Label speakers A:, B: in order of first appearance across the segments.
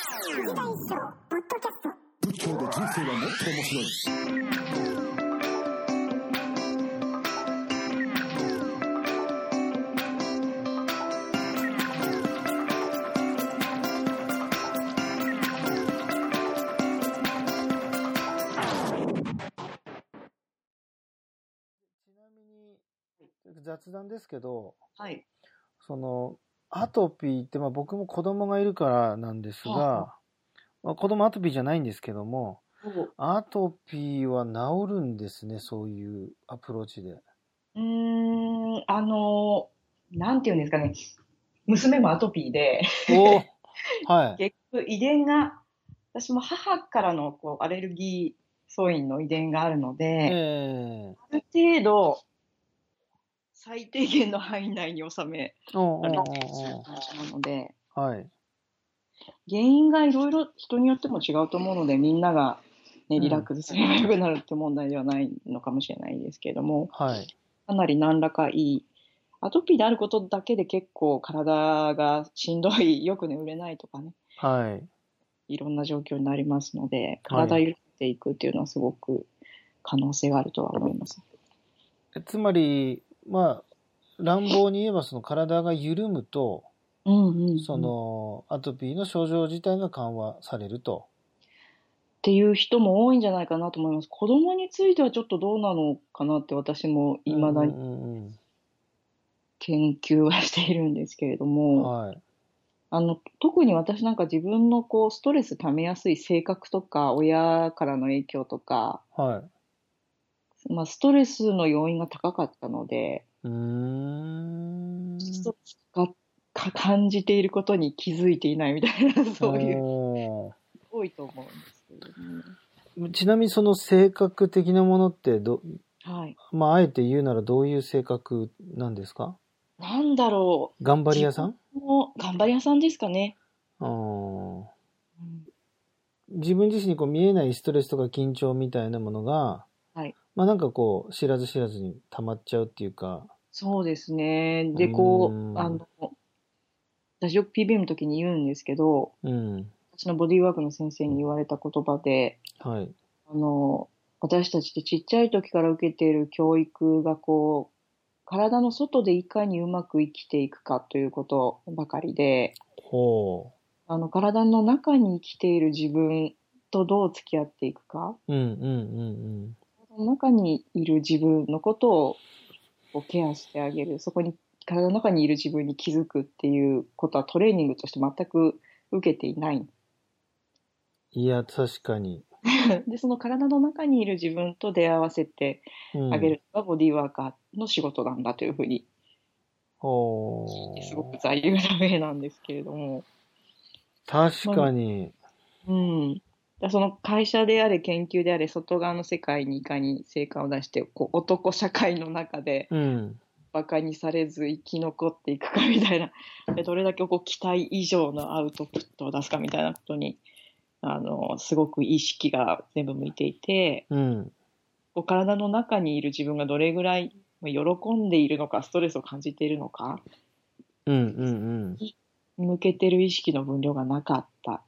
A: 劇団一生ポッドキャスト
B: 仏教で人生はもっと面白い。
C: ちなみに、雑談ですけど、
D: はい。
C: その、アトピーって、まあ僕も子供がいるからなんですが、まあ、子供アトピーじゃないんですけども、アトピーは治るんですね、そういうアプローチで。
D: うーん、あの、なんていうんですかね。娘もアトピーで、
C: おはい。
D: 結局遺伝が、私も母からのこうアレルギー素因の遺伝があるので、
C: ええ
D: ある程度、最低限の範囲内に収め
C: おうおう
D: られ
C: おう
D: てる
C: お
D: なので、
C: うはい。
D: 原因がいろいろ人によっても違うと思うので、みんなが、ね、リラックスすればよくなるって問題ではないのかもしれないですけれども、
C: はい。
D: かなり何らかいい。アトピーであることだけで結構体がしんどい、 よく眠れないとかね、
C: はい。
D: いろんな状況になりますので、
C: はい
D: 体を緩めていくっていうのはすごく可能性があるとは思います。
C: えつまり、まあ、乱暴に言えば、その体が緩むと、
D: うんうんうん、
C: そ
D: っ
C: の、アトピーの症状自体が緩和されると。
D: ていう人も多いんじゃないかなと思います。子供についてはちょっとどうなのかなって私も未だ
C: う
D: に
C: んうん
D: 研究はしているんですけれど
C: うん
D: も、
C: はい。
D: あの特に私なんか自分のこうストレス溜めやすい性格とか、親からの影響とか、
C: はい。
D: まあ、ストレスの要因が高かったので、
C: うーん。
D: ストレスがか感じていることに気づいていないみたいな、 そういう、
C: お
D: 多いと思うんですけれども、
C: ーちなみにその性格的なものってど、
D: はい。
C: まあ、あえて言うならどういう性格なんですか
D: なんだろ
C: 頑張り屋さん
D: う、もう、頑張り屋さんですかね。
C: あー
D: うん
C: 自分自身にこう見えないストレスとか緊張みたいなものが、
D: はい
C: まあなんかこう知らず知らずに溜まっちゃうっていうか、
D: そうですね。で、
C: う
D: こ
C: ーん
D: う、あの、私よく PBM の時に言うんですけど、
C: うん。
D: 私のボディーワークの先生に言われた言葉で、
C: はい。
D: あの、私たちってちっちゃい時から受けている教育がこう、体の外でいかにうまく生きていくかということばかりで、
C: ほ
D: あの、体の中に生きている自分とどう付き合っていくか、
C: う。うんうんうん
D: 体の中にいる自分のことをこうケアしてあげる、そこに、体の中にいる自分に気づくっていうことはトレーニングとして全く受けていない。
C: うん。いや、確かに。
D: で、その体の中にいる自分と出会わせて
C: うん、
D: あげるのがボディーワーカーの仕事なんだというふうに
C: ほう。
D: すごく座右の銘なんですけれども、
C: 確かに。
D: うん、だからその会社であれ研究であれ外側の世界にいかに成果を出してこう男社会の中で
C: うん。
D: バカにされず生き残っていくかみたいなでどれだけこう期待以上のアウトプットを出すかみたいなことにあのすごく意識が全部向いていて
C: うん。
D: こう体の中にいる自分がどれぐらい喜んでいるのかストレスを感じているのか
C: うんうん
D: 向けてる意識の分量がなかった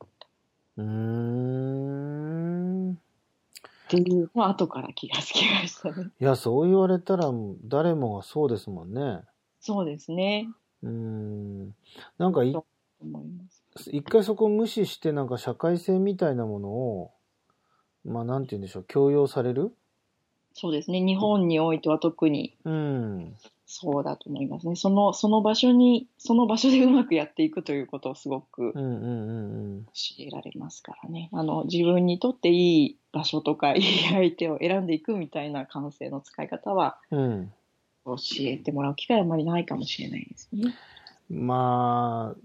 C: うん。
D: っ
C: うーん。
D: ていうのは後から気がつきましたね。
C: いや、そう言われたら、誰もがそうですもんね。
D: そうですね。
C: うーん。なんかい、
D: 思います。
C: 一回そこを無視して、なんか社会性みたいなものを、まあ、なんて言うんでしょう、強要される
D: そうですね。日本においては特に
C: うん。
D: そうだと思いますね。その、その場所に、その場所でうまくやっていくということをすごく
C: うんうんうんうん。
D: 教えられますからね。あの、自分にとっていい場所とか、いい相手を選んでいくみたいな感性の使い方は、
C: うん。
D: 教えてもらう機会はあまりないかもしれないですね。
C: まあ、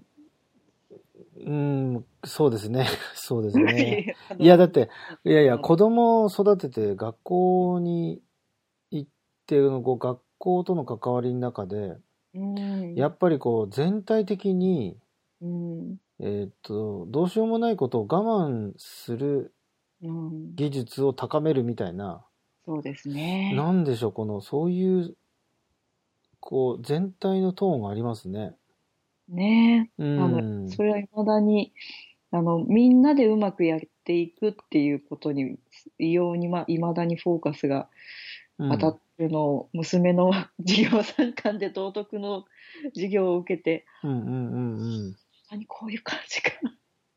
C: うん、そうですね。そうですね。
D: あの
C: いや、だって、いやいや、
D: うん
C: 子供を育てて学校に行って、こう学校との関わりの中で、
D: うん、
C: やっぱりこう、全体的に、
D: うん、
C: えーっと、どうしようもないことを我慢する
D: うん、
C: 技術を高めるみたいな、
D: そうですね。
C: なんでしょう、この、そういう、こう、全体のトーンがありますね。
D: ねえ
C: う
D: あ
C: ん
D: の。それは未だにあの、みんなでうまくやっていくっていうことに、異様に、まあ、未だにフォーカスが当たってるのを、娘の授業参観で道徳の授業を受けて、
C: うんうんうんうん。
D: あにこういう感じ かな。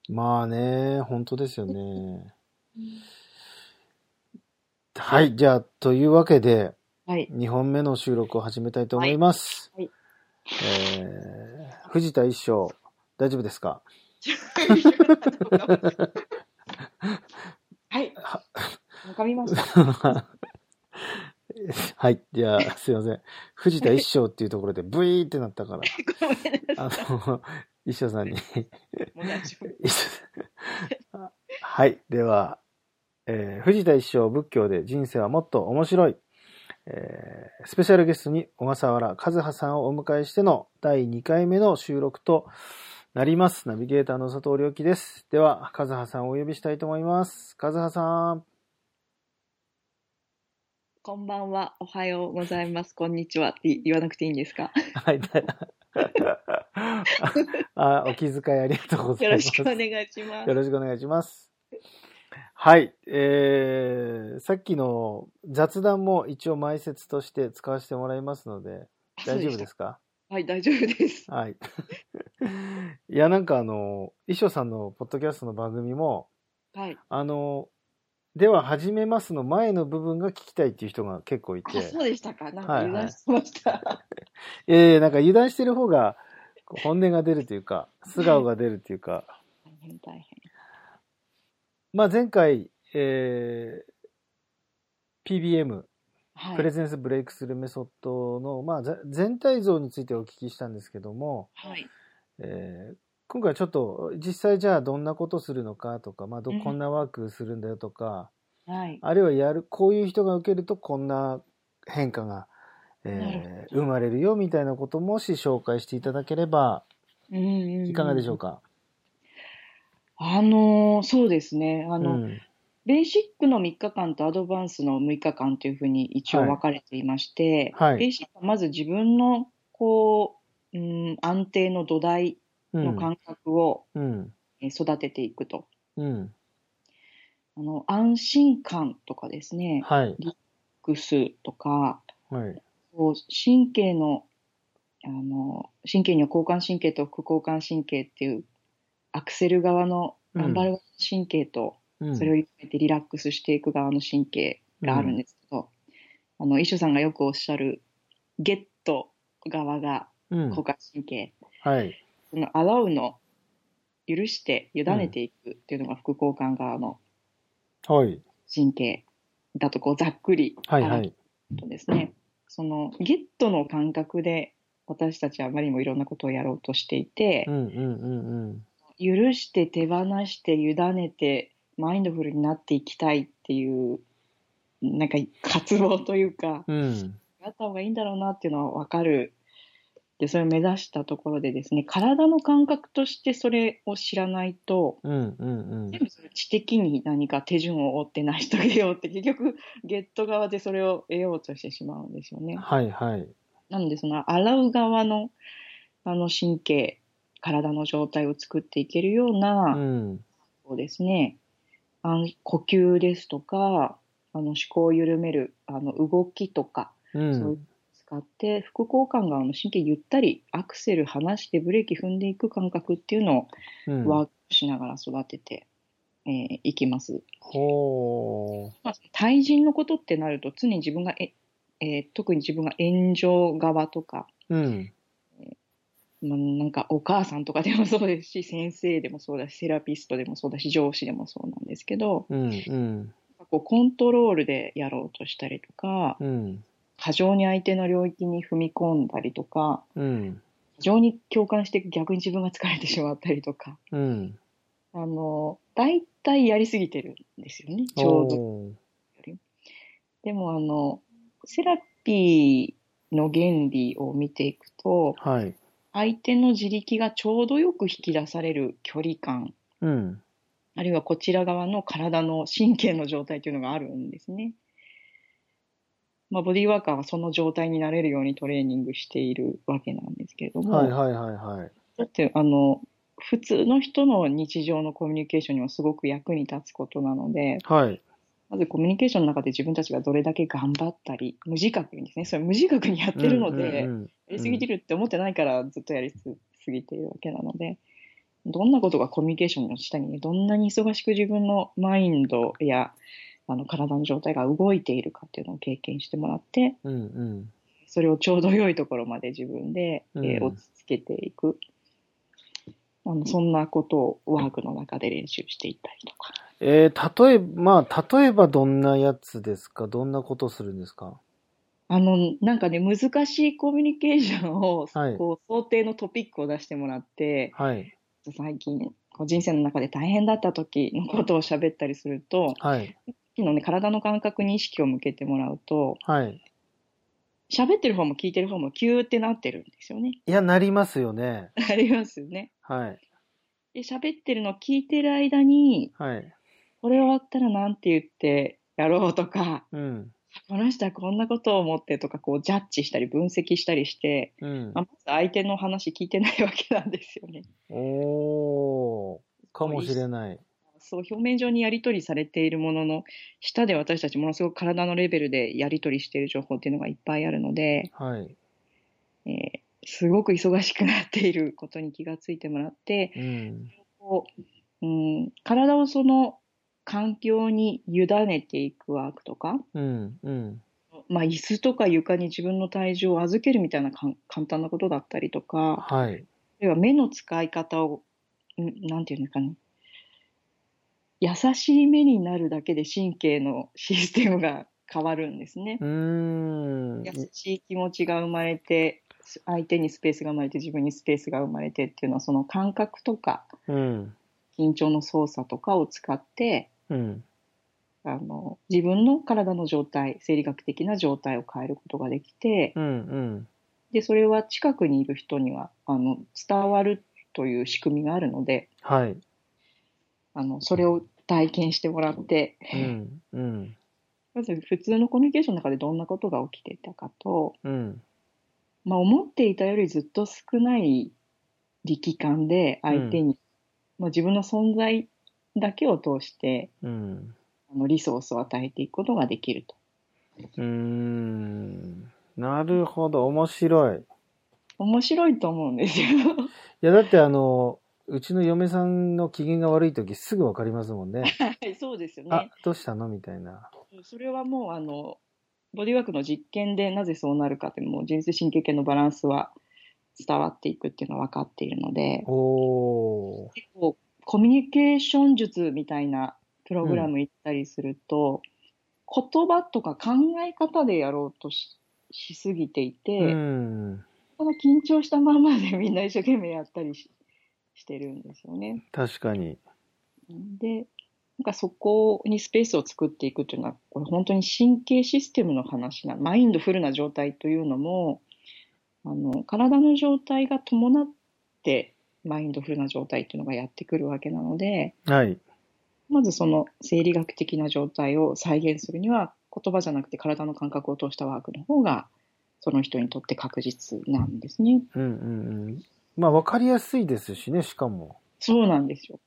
C: まあね、本当ですよね。はい、じゃあ、というわけで、
D: はい。
C: 2本目の収録を始めたいと思います。
D: はい
C: えー、藤田一生、大丈夫ですか
D: はい。わかりました。
C: はい、じゃあ、すいません。藤田一生っていうところで、ブイーってなったから、
D: ごめんなさい。
C: あの、一生さんに。
D: もう大丈夫。
C: 一生 はい、では、えー藤田一生仏教で人生はもっと面白い、えースペシャルゲストに小笠原和葉さんをお迎えしての第2回目の収録となります。ナビゲーターの佐藤良樹です。では、和葉さんをお呼びしたいと思います。和葉さ ん。
D: こんばんは、おはようございます、こんにちはって言わなくていいんですか。
C: はい。 あ、お気遣いありがとうござい
D: よ
C: ま
D: ろ
C: す。
D: しくお願いします。
C: よ。ろしくお願いします。はい。えー、さっきの雑談も一応前説として使わせてもらいますので、大丈夫で すすか
D: はい、大丈夫です。
C: はい。い や、なんかあの、衣装さんのポッドキャストの番組も、
D: はい。
C: あの、では始めますの前の部分が聞きたいっていう人が結構い
D: あ、
C: て、
D: そうでしたか。なんか
C: はい
D: 油
C: はい
D: 断してました。
C: えー、なんか油断してる方がこう本音が出るというか、素顔が出るというか、
D: 大変大変。
C: まあ前回、えー、PBM、
D: はい。
C: プレゼンスブレイクスルーメソッドの、まあ、ぜ全体像についてお聞きしたんですけども、
D: はい。
C: えー今回ちょっと実際じゃあどんなことするのかとか、まあ、ど
D: うん
C: こんなワークするんだよとか、
D: はい。
C: あるいはやるこういう人が受けるとこんな変化が、
D: な
C: えー生まれるよみたいなこともし紹介していただければ
D: うんうんうん
C: いかがでしょうか。
D: あのーそうですね。あ
C: う
D: の、
C: ん
D: ベーシックの3日間とアドバンスの6日間というふうに一応分かれていまして、
C: はい
D: ベーシックはまず自分の、こう、うん、安定の土台
C: う
D: の
C: ん
D: 感覚を
C: うん
D: えー育てていくと。
C: うん
D: あの、安心感とかですね、
C: はい
D: 複数とか、
C: はい
D: こう神経の、あの、神経には交感神経と副交感神経っていう、アクセル側の
C: うん
D: 頑張る側の神経と、
C: うん
D: それを含めてリラックスしていく側の神経があるんですけど、あの、医師さんがよくおっしゃる、ゲット側が
C: うん
D: 交感神経、
C: はい
D: その、洗うの、許して、委ねていくっていうのが副交感側の
C: はい
D: 神経だとこうざっくり
C: はいはい
D: あるんですね、そのゲットの感覚で私たちはあまりにもいろんなことをやろうとしていて
C: う、んうんうんうん
D: 許して手放して委ねてマインドフルになっていきたいっていうなんか渇望というか
C: うん
D: あった方がいいんだろうなっていうのは分かるでそれを目指したところでですね体の感覚としてそれを知らないと、
C: うんうんうん
D: 全部それ知的に何か手順を追って成し遂げようって結局ゲット側でそれを得ようとしてしまうんですよね。
C: はいはい
D: なのでその洗う側のあの神経体の状態を作っていけるような、
C: うん
D: そうですねあの呼吸ですとかあの思考を緩めるあの動きとか
C: う
D: そうん使って副交感側の神経ゆったりアクセル離してブレーキ踏んでいく感覚っていうのを
C: うん
D: ワークしながら育てて、えーいきます。
C: ほ
D: まあ、対人のことってなると常に自分がえ、えー特に自分が炎上側とか、
C: ううん
D: まあ、なんかお母さんとかでもそうですし 先生でもそうだしセラピストでもそうだし上司でもそうなんですけど
C: うんうん
D: こうコントロールでやろうとしたりとか
C: うん
D: 過剰に相手の領域に踏み込んだりとか
C: うん
D: 過剰に共感して逆に自分が疲れてしまったりとか
C: うん
D: あの大体やりすぎてるんですよねちょうど
C: おー
D: でもあのセラピーの原理を見ていくと
C: はい
D: 相手の自力がちょうどよく引き出される距離感
C: うん
D: あるいはこちら側の体の神経の状態というのがあるんですね。まあ、ボディーワーカーはその状態になれるようにトレーニングしているわけなんですけれども、
C: はいはいはいはい
D: だってあの普通の人の日常のコミュニケーションにもすごく役に立つことなので、
C: はい。
D: まずコミュニケーションの中で自分たちがどれだけ頑張ったり、無自覚にですね、それ無自覚にやってるので、
C: うんうんうん
D: やりすぎてるって思ってないからずっとやりすぎているわけなので、どんなことがコミュニケーションの下にね、どんなに忙しく自分のマインドやあの体の状態が動いているかっていうのを経験してもらって、
C: うんうん。
D: それをちょうど良いところまで自分で、えー
C: うん
D: 落ち着けていく。あのそんなことをワークの中で練習していったりとか。
C: えー、例えば、まあ、例えばどんなやつですかどんなことするんですか
D: あの、なんかね、難しいコミュニケーションを、
C: はい
D: こう、想定のトピックを出してもらって、
C: はい。
D: 最近、こう人生の中で大変だった時のことを喋ったりすると、
C: はい。
D: 昨日ね、体の感覚に意識を向けてもらうと、
C: はい。
D: 喋ってる方も聞いてる方もキューってなってるんですよね。
C: いや、なりますよね。
D: ありますよね。
C: はい。
D: で、喋ってるのを聞いてる間に、
C: はい。
D: これ終わったらなんて言ってやろうとか、
C: うん。
D: この人はこんなことを思ってとか、こう、ジャッジしたり分析したりして、
C: うん
D: ま。あまず相手の話聞いてないわけなんですよね。
C: おー、かもしれない。
D: そう表面上にやり取りされているものの下で私たちものすごく体のレベルでやり取りしている情報っていうのがいっぱいあるので、
C: はい。
D: えーすごく忙しくなっていることに気がついてもらって
C: うん。
D: こう、うん、体をその環境に委ねていくワークとか、
C: うん。うん。
D: まあ、椅子とか床に自分の体重を預けるみたいなかん簡単なことだったりとか
C: は
D: あ
C: い。
D: るいは目の使い方をんなんていうのかな優しい目になるだけで神経のシステムが変わるんですね
C: う。ーん。
D: 優しい気持ちが生まれて相手にスペースが生まれて自分にスペースが生まれてっていうのはその感覚とか
C: うん。
D: 緊張の操作とかを使って
C: うん。
D: あの自分の体の状態生理学的な状態を変えることができて
C: うん。うん。
D: でそれは近くにいる人にはあの伝わるという仕組みがあるので
C: はい。
D: あのそれを体験してもらって、
C: うん。うん。
D: まず普通のコミュニケーションの中でどんなことが起きていたかと、
C: うん。
D: まあ、思っていたよりずっと少ない力感で相手に、まあ、自分の存在だけを通して
C: うん。
D: あのリソースを与えていくことができると
C: うーん。なるほど。面白い。
D: 面白いと思うんですよ
C: いや、だってあの、うちの嫁さんの機嫌が悪い時すぐわかりますもんね。
D: はいそうですよ
C: あ
D: ね、
C: どうしたのみたいな。
D: それはもうあのボディワークの実験でなぜそうなるかってもう人生神経系のバランスは伝わっていくっていうのは分かっているので
C: おー。
D: 結構コミュニケーション術みたいなプログラム行ったりすると、言葉とか考え方でやろうとししすぎていて、
C: うん。
D: この緊張したままでみんな一生懸命やったりししてるんですよね。
C: 確かに。
D: でなんかそこにスペースを作っていくというのはこれ本当に神経システムの話なマインドフルな状態というのもあの体の状態が伴ってマインドフルな状態というのがやってくるわけなので、
C: はい。
D: まずその生理学的な状態を再現するには言葉じゃなくて体の感覚を通したワークの方がその人にとって確実なんですね。
C: うんうんうん。まあ、わかりやすいですしね、しかも。
D: そうなんですよ。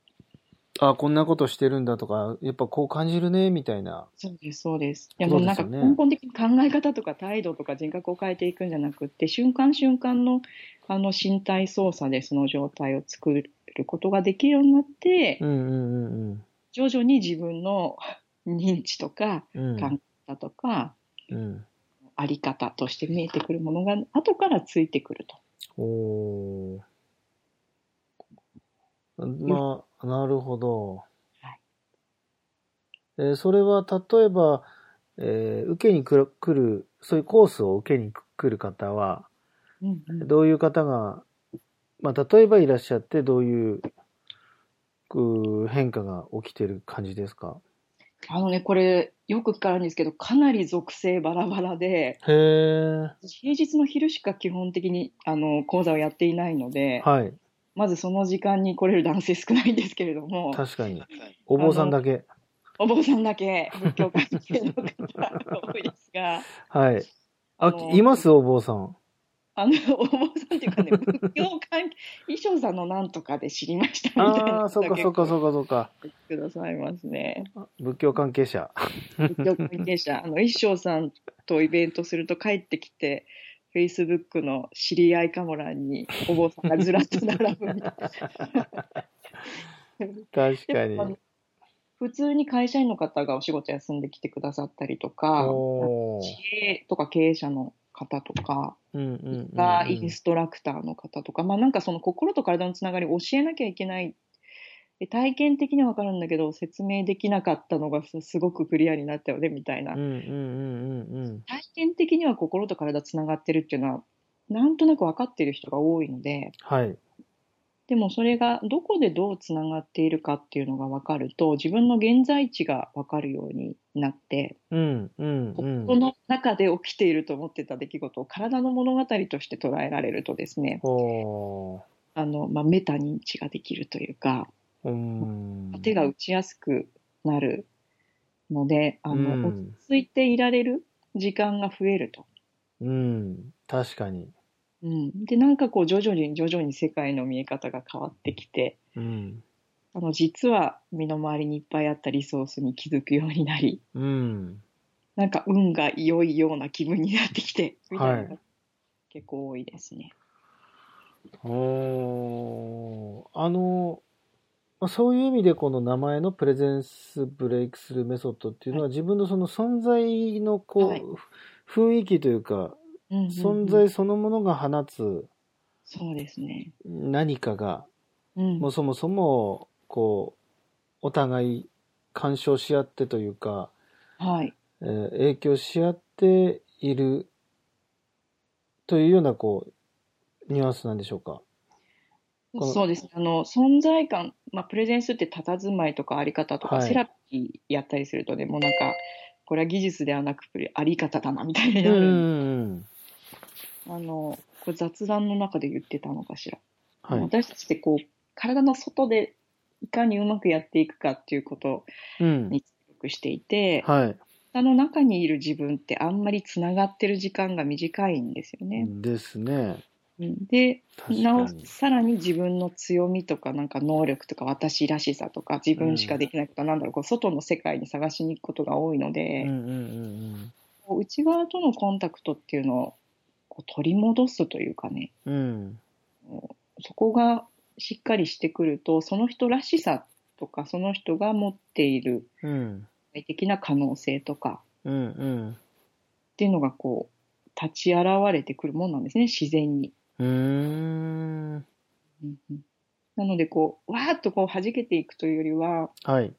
C: あ、こんなことしてるんだとか、やっぱこう感じるね、みたいな。
D: そうです、そうです。いや
C: そ
D: もう
C: うで
D: なん
C: す
D: か
C: よね
D: 根本的に考え方とか態度とか人格を変えていくんじゃなくって瞬間瞬間のあの身体操作でその状態を作ることができるようになって
C: うんうんうん
D: 徐々に自分の認知とか
C: うん。うん
D: 考え方とか、
C: うん。
D: あり方として見えてくるものが後からついてくると。
C: おー。まあ、なるほど。
D: はい
C: えーそれは、例えば、えー受けに来る来る、そういうコースを受けに来る方は、
D: うんうん
C: どういう方が、まあ、例えばいらっしゃって、どういう、うー変化が起きてる感じですか
D: あのね、これ、よく聞かれるんですけど、かなり属性バラバラで、
C: へー。
D: 平日の昼しか基本的にあの講座をやっていないので、
C: はい。
D: まずその時間に来れる男性少ないんですけれども、
C: 確かに。お坊さんだけ。
D: お坊さんだけ、仏教関係の方が多いですが、
C: はい。あ
D: あ、の
C: いますお坊さん。
D: あの、お坊さんっていう かね、仏教関係、衣装さんのなんとかで知りましたみたいな
C: ああ、そうかそうかそうかそうか。
D: 言ってくださいますね。
C: 仏教関係者。
D: 仏教関係者、あの、衣装さんとイベントすると帰ってきて、Facebook の知り合いカモランにお坊さんがずらっと並ぶみたいな。
C: 確か
D: やっぱ
C: に。
D: 普通に会社員の方がお仕事休んできてくださったりとか、
C: おー
D: 知恵とか経営者の方とか、
C: うんうんうんうん
D: がインストラクターの方とか、まあなんかその心と体のつながりを教えなきゃいけない。で体験的にはわかるんだけど、説明できなかったのがすすごくクリアになったよね、みたいな。
C: うんうんうんうん
D: 体験的には心と体つながってるっていうのは、なんとなく分かってる人が多いので、
C: はい。
D: でもそれがどこでどうつながっているかっていうのが分かると、自分の現在地が分かるようになって、
C: うんうん
D: こ
C: うん。
D: この中で起きていると思ってた出来事を体の物語として捉えられるとですね、
C: おー
D: あの、まあ、メタ認知ができるというか、
C: うん。
D: 手が打ちやすくなるので、あの、
C: うん
D: 落ち着いていられる時間が増えると。
C: うん。確かに。
D: うん。で、なんかこう、徐々に徐々に世界の見え方が変わってきて、
C: うん。
D: あの、実は身の回りにいっぱいあったリソースに気づくようになり、
C: うん。
D: なんか運が良いような気分になってきて、みたいなの
C: は
D: が結構多いですね。
C: おーあの、まあそういう意味でこの名前のプレゼンスブレイクスルーメソッドっていうのは自分のその存在のこう、
D: はい
C: ふ雰囲気というか、
D: うんうんうん
C: 存在そのものが放つ
D: そうですね。
C: 何かが、
D: うん
C: もうそもそも、こう、お互い干渉し合ってというか、
D: はい。
C: えー影響し合っているというような、こう、ニュアンスなんでしょうか。この
D: そうですね。あの、存在感、まあ、プレゼンスって佇まいとかあり方とか、
C: はい
D: セラピーやったりするとね、もうなんか、これは技術ではなく、あり方だな、みたいに
C: う
D: なるんで
C: ん。
D: あの、これ雑談の中で言ってたのかしら。
C: はい。
D: 私たちってこう、体の外でいかにうまくやっていくかっていうこと
C: うん。
D: に注力していて、
C: はい。
D: 体の中にいる自分ってあんまりつながってる時間が短いんですよね。
C: ですね。
D: うんで、
C: 確
D: なお
C: かに。
D: さらに自分の強みとかなんか能力とか私らしさとか自分しかできないことなんだろう,、こう外の世界に探しに行くことが多いの
C: う
D: で
C: ん、うん
D: こう内側とのコンタクトっていうのをこう取り戻すというかね
C: うんうん。うん。
D: そこがしっかりしてくるとその人らしさとかその人が持っている
C: うん。
D: 具体的な可能性とか
C: うんうん。
D: っていうのがこう立ち現れてくるもんなんですね自然に。
C: うーん。
D: うんうんなのでこうわーっとこう弾けていくというよりは
C: はい。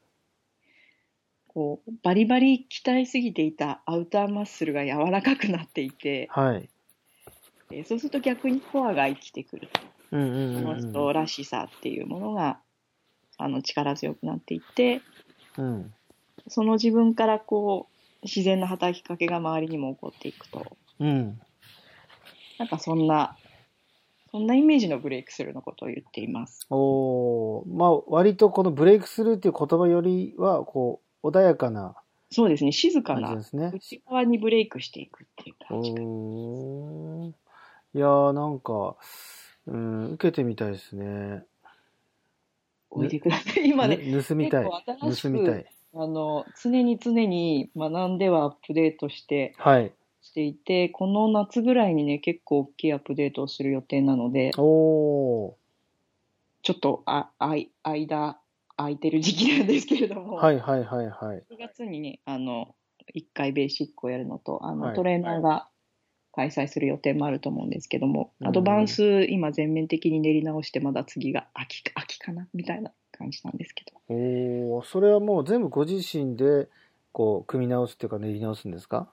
D: こうバリバリ鍛えすぎていたアウターマッスルが柔らかくなっていて、
C: はい。
D: えーそうすると逆にコアが生きてくる
C: うん
D: そ
C: うん
D: の
C: うん
D: 人らしさっていうものがあの力強くなっていって
C: うん。うん。
D: その自分からこう自然な働きかけが周りにも起こっていくと
C: うん。
D: なんかそんなそんなイメージのブレイクスルーのことを言っています。
C: おーまあ、割とこのブレイクスルーっていう言葉よりは、こう、穏やかな
D: そうですね静か
C: 感じ
D: な
C: ですね。
D: 内側にブレイクしていくっていう
C: う
D: 感じかな
C: ーん。いやー、なんか、うん、受けてみたいですね。
D: おいでください今ね
C: ぬ盗みたい
D: 結構。新しく
C: 盗みたい。
D: あの常に常に学んではアップデートして
C: はい。
D: していてこの夏ぐらいにね結構大きいアップデートをする予定なので
C: おー
D: ちょっとああい間空いてる時期なんですけれども、
C: はいはいはいはい。
D: 6月にねあの1回ベーシックをやるのとあの、
C: はい
D: トレーナーが開催する予定もあると思うんですけども、
C: うん
D: アドバンス今全面的に練り直してまだ次が秋か秋かなみたいな感じなんですけど
C: おお、それはもう全部ご自身で、こう、組み直すっていうか練り直すんですか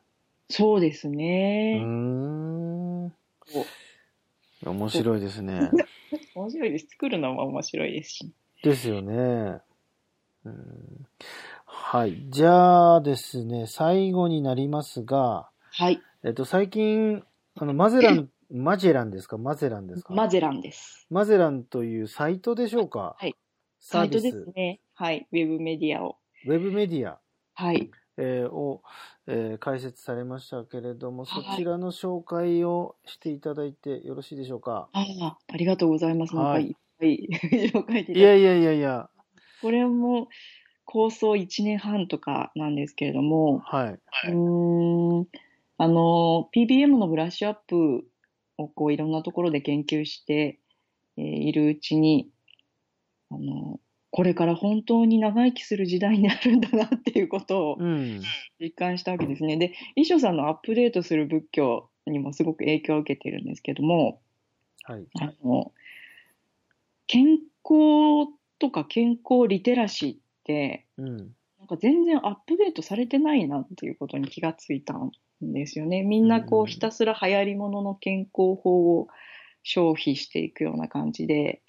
D: そうです
C: うー
D: ね、
C: ん。
D: こ
C: 面白いですね。
D: う面白いです作るのも面白いですし
C: ですよね。うんはい。じゃあですね、最後になりますが、
D: はい
C: えっと、最近、あの、マゼ ラン、マジェランですかマゼランですか
D: マゼランです
C: マゼランというサイトでしょうか
D: はい。
C: サ
D: サ
C: ー
D: イ
C: ビ
D: ト
C: ス
D: ですね。はい。ウェブメディアを。
C: ウェブメディア。
D: はい。
C: えーを、えー解説されましたけれども、そちらの紹介をしていただいてよろしいでしょうか。
D: ああ、ありがとうございます。
C: は
D: はいい。い っぱい紹介いただい
C: い
D: て
C: やいやいやいや、
D: これも構想1年半とかなんですけれども、
C: はい。
D: うーん、あの、PBM のブラッシュアップをこういろんなところで研究してえーいるうちに、あの、これから本当に長生きする時代になるんだなっていうことを
C: うん。
D: 実感したわけですね。で、衣装さんのアップデートする仏教にもすごく影響を受けているんですけども、
C: はい。
D: あの、健康とか健康リテラシーって、
C: うん。
D: なんか全然アップデートされてないなっていうことに気がついたんですよね。みんな
C: うん
D: こ
C: うん
D: うひたすら流行りものの健康法を消費していくような感じで、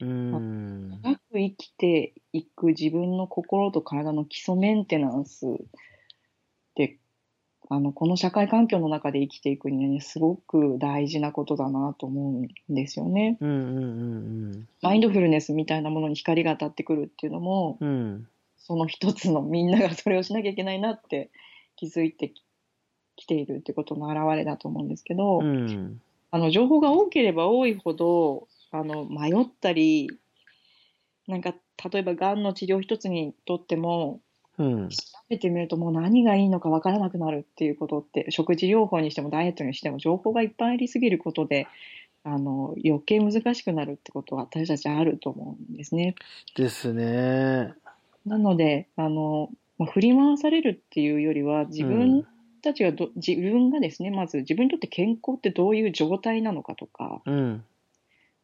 C: うん。
D: 長く生きていく自分の心と体の基礎メンテナンスって、あの、この社会環境の中で生きていくにはね、すごく大事なことだなと思うんですよね。
C: うんうん
D: マインドフルネスみたいなものに光が当たってくるっていうのも、
C: うんうん。うん。
D: その一つのみんながそれをしなきゃいけないなって気づいてききているってことの表れだと思うんですけど、
C: うん。
D: あの情報が多ければ多いほどあの迷ったりなんか例えばがんの治療一つにとっても
C: うん。
D: 調べてみるともう何がいいのかわからなくなるっていうことって食事療法にしてもダイエットにしても情報がいっぱいありすぎることであの余計難しくなるってことは私たちあると思うんですね。
C: ですね。
D: なので、あの、まあ、振り回されるっていうよりは、自分たちがど、自分がですね、まず自分にとって健康ってどういう状態なのかとか、
C: うん。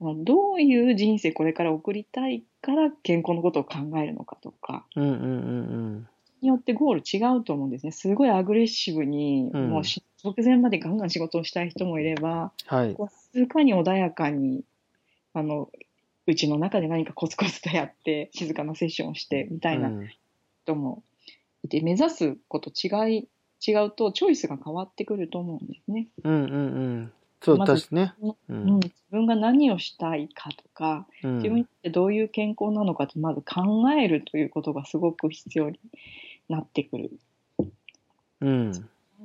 D: まあどういう人生これから送りたいから健康のことを考えるのかとか、
C: うんうんうん
D: によってゴール違うと思うんですね。すごいアグレッシブに、
C: うん
D: もうし直前までガンガン仕事をしたい人もいれば、
C: うん。はい。
D: こう静かに穏やかに、あの、うちの中で何かコツコツとやって、静かなセッションをして、みたいな
C: うん
D: 人もいて目指すこと違い違うとチョイスが変わってくると思うんですね。
C: うんうんうん。そう、
D: まず
C: 確かにね。う
D: うん
C: ん。
D: 自分が何をしたいかとか
C: うん
D: 自分にとってどういう健康なのかとまず考えるということがすごく必要になってくる。
C: うん。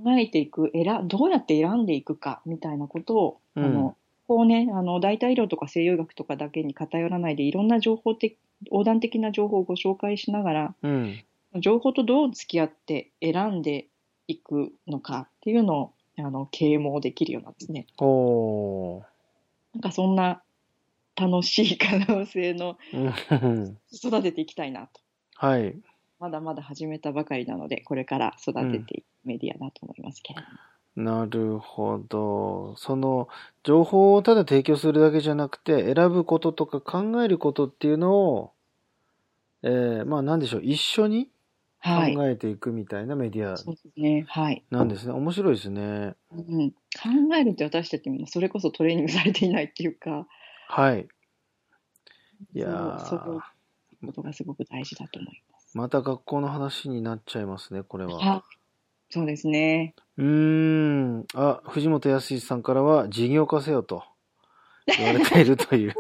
D: 考えていく選どうやって選んでいくかみたいなことを、
C: うん
D: あのこうねあの代替医療とか西洋医学とかだけに偏らないでいろんな情報的横断的な情報をご紹介しながら
C: うん。
D: 情報とどう付き合って選んでいくのかっていうのをあの啓蒙できるようなんですね。
C: おー。
D: なんかそんな楽しい可能性の
C: うん
D: 育てていきたいなと。
C: はい。
D: まだまだ始めたばかりなので、これから育てていくメディアだと思いますけれども。
C: なるほど。その、情報をただ提供するだけじゃなくて、選ぶこととか考えることっていうのを、えー、まあなんでしょう、一緒に
D: はい。
C: 考えていくみたいなメディア
D: そうですね。はい、
C: なんですね。面白いですね。
D: うん。考えるって私たちもそれこそトレーニングされていないっていうか、
C: はい。いや
D: そうそうい
C: ー
D: う、ことがすごく大事だと思います。
C: また学校の話になっちゃいますね、これは。
D: はいそうですね。
C: うーん。あ、藤本康さんからは、事業化せよと言われていると いう。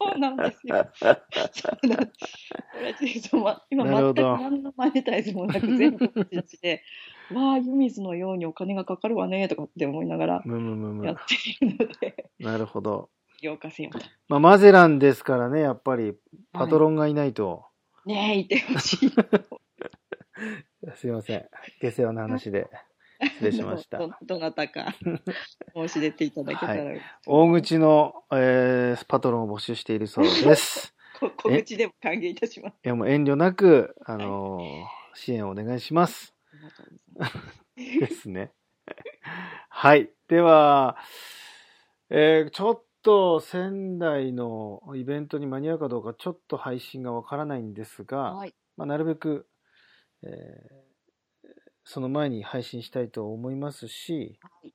D: そうなんです よ。そうなんですそうま今
C: なる
D: 全
C: ほ
D: く
C: ど
D: 何のマネタイズもなく全部口出し で、わあ、湯水のようにお金がかかるわねとかって思いながら
C: むむむ
D: やっ
C: む。
D: ているので、
C: なるほど。
D: ようかせよと。
C: まあ、マゼランですからね、やっぱり。パト
D: ン。
C: ロンがいないと。
D: ねえ、いてほしい。
C: すいません。下世話の話で。失礼しました
D: どどなた か申し出ていただけたら、
C: 大口の、えーパトロンを募集しているそうです。
D: こ小口でも歓迎いたします。
C: いや、もう遠慮なく、あのー支援をお願いします。
D: ありがとうございます
C: ですね。はい。では、えーちょっと仙台のイベントに間に合うかどうかちょっと配信がわからないんですが、
D: はい。
C: まあ、なるべく、えーその前に配信したいと思いますし、
D: はい
C: い、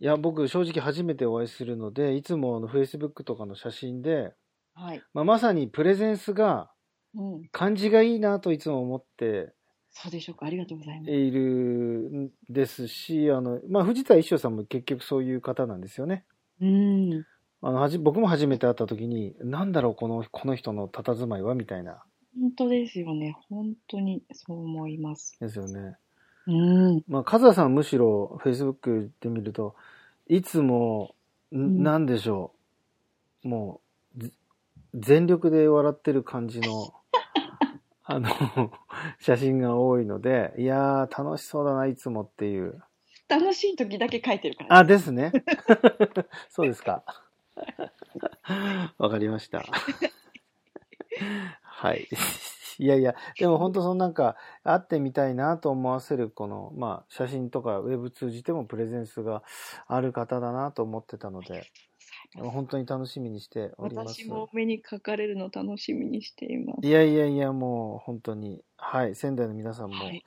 C: や、僕正直初めてお会いするので、いつもあの Facebook とかの写真で、
D: はい。
C: まあ、まさにプレゼンスが
D: うん。
C: 感じがいいなといつも思って
D: そうでしょうか。ありがとうございます。
C: いるんですし、あの、まあ、藤田一生さんも結局そういう方なんですよね。
D: うん。
C: あの、はじ、僕も初めて会った時に、なんだろう、この、この人の佇まいは、みたいな
D: 本当ですよね。本当にそう思います。
C: ですよね。
D: うん。
C: まあ、カズヤさんはむしろ Facebook で見ると、いつも、
D: ん
C: んなんでしょう、もう、ぜ全力で笑ってる感じの、あの、 写真が多いので、いやー、楽しそうだな、いつもっていう。
D: 楽しい時だけ書いてるから。
C: あ、ですね。 そうですか。わかり ました。はい。いやいや、でも本当そのなんか、会ってみたいなと思わせる、この、まあ、写真とかウェブ通じてもプレゼンスがある方だなと思ってたので、本当に楽しみにしております。
D: 私もお目にかかれるの楽しみにしています。
C: いやいやいや、もう本当に、はい、仙台の皆さんも
D: はい、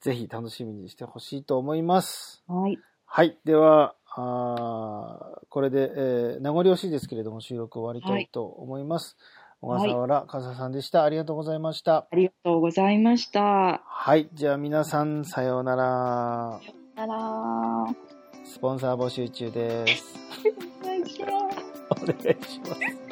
C: ぜひ楽しみにしてほしいと思います。
D: はい。
C: はい。では、あーこれで、えー名残惜しいですけれども、収録終わりたいと思います。
D: はい
C: 小笠原和沙さんでした。ありがとうございました。
D: ありがとうございました。
C: はい。じゃあ皆さん、さようなら。
D: さよなら。
C: スポンサー募集中です。
D: お願いします。
C: お願いします。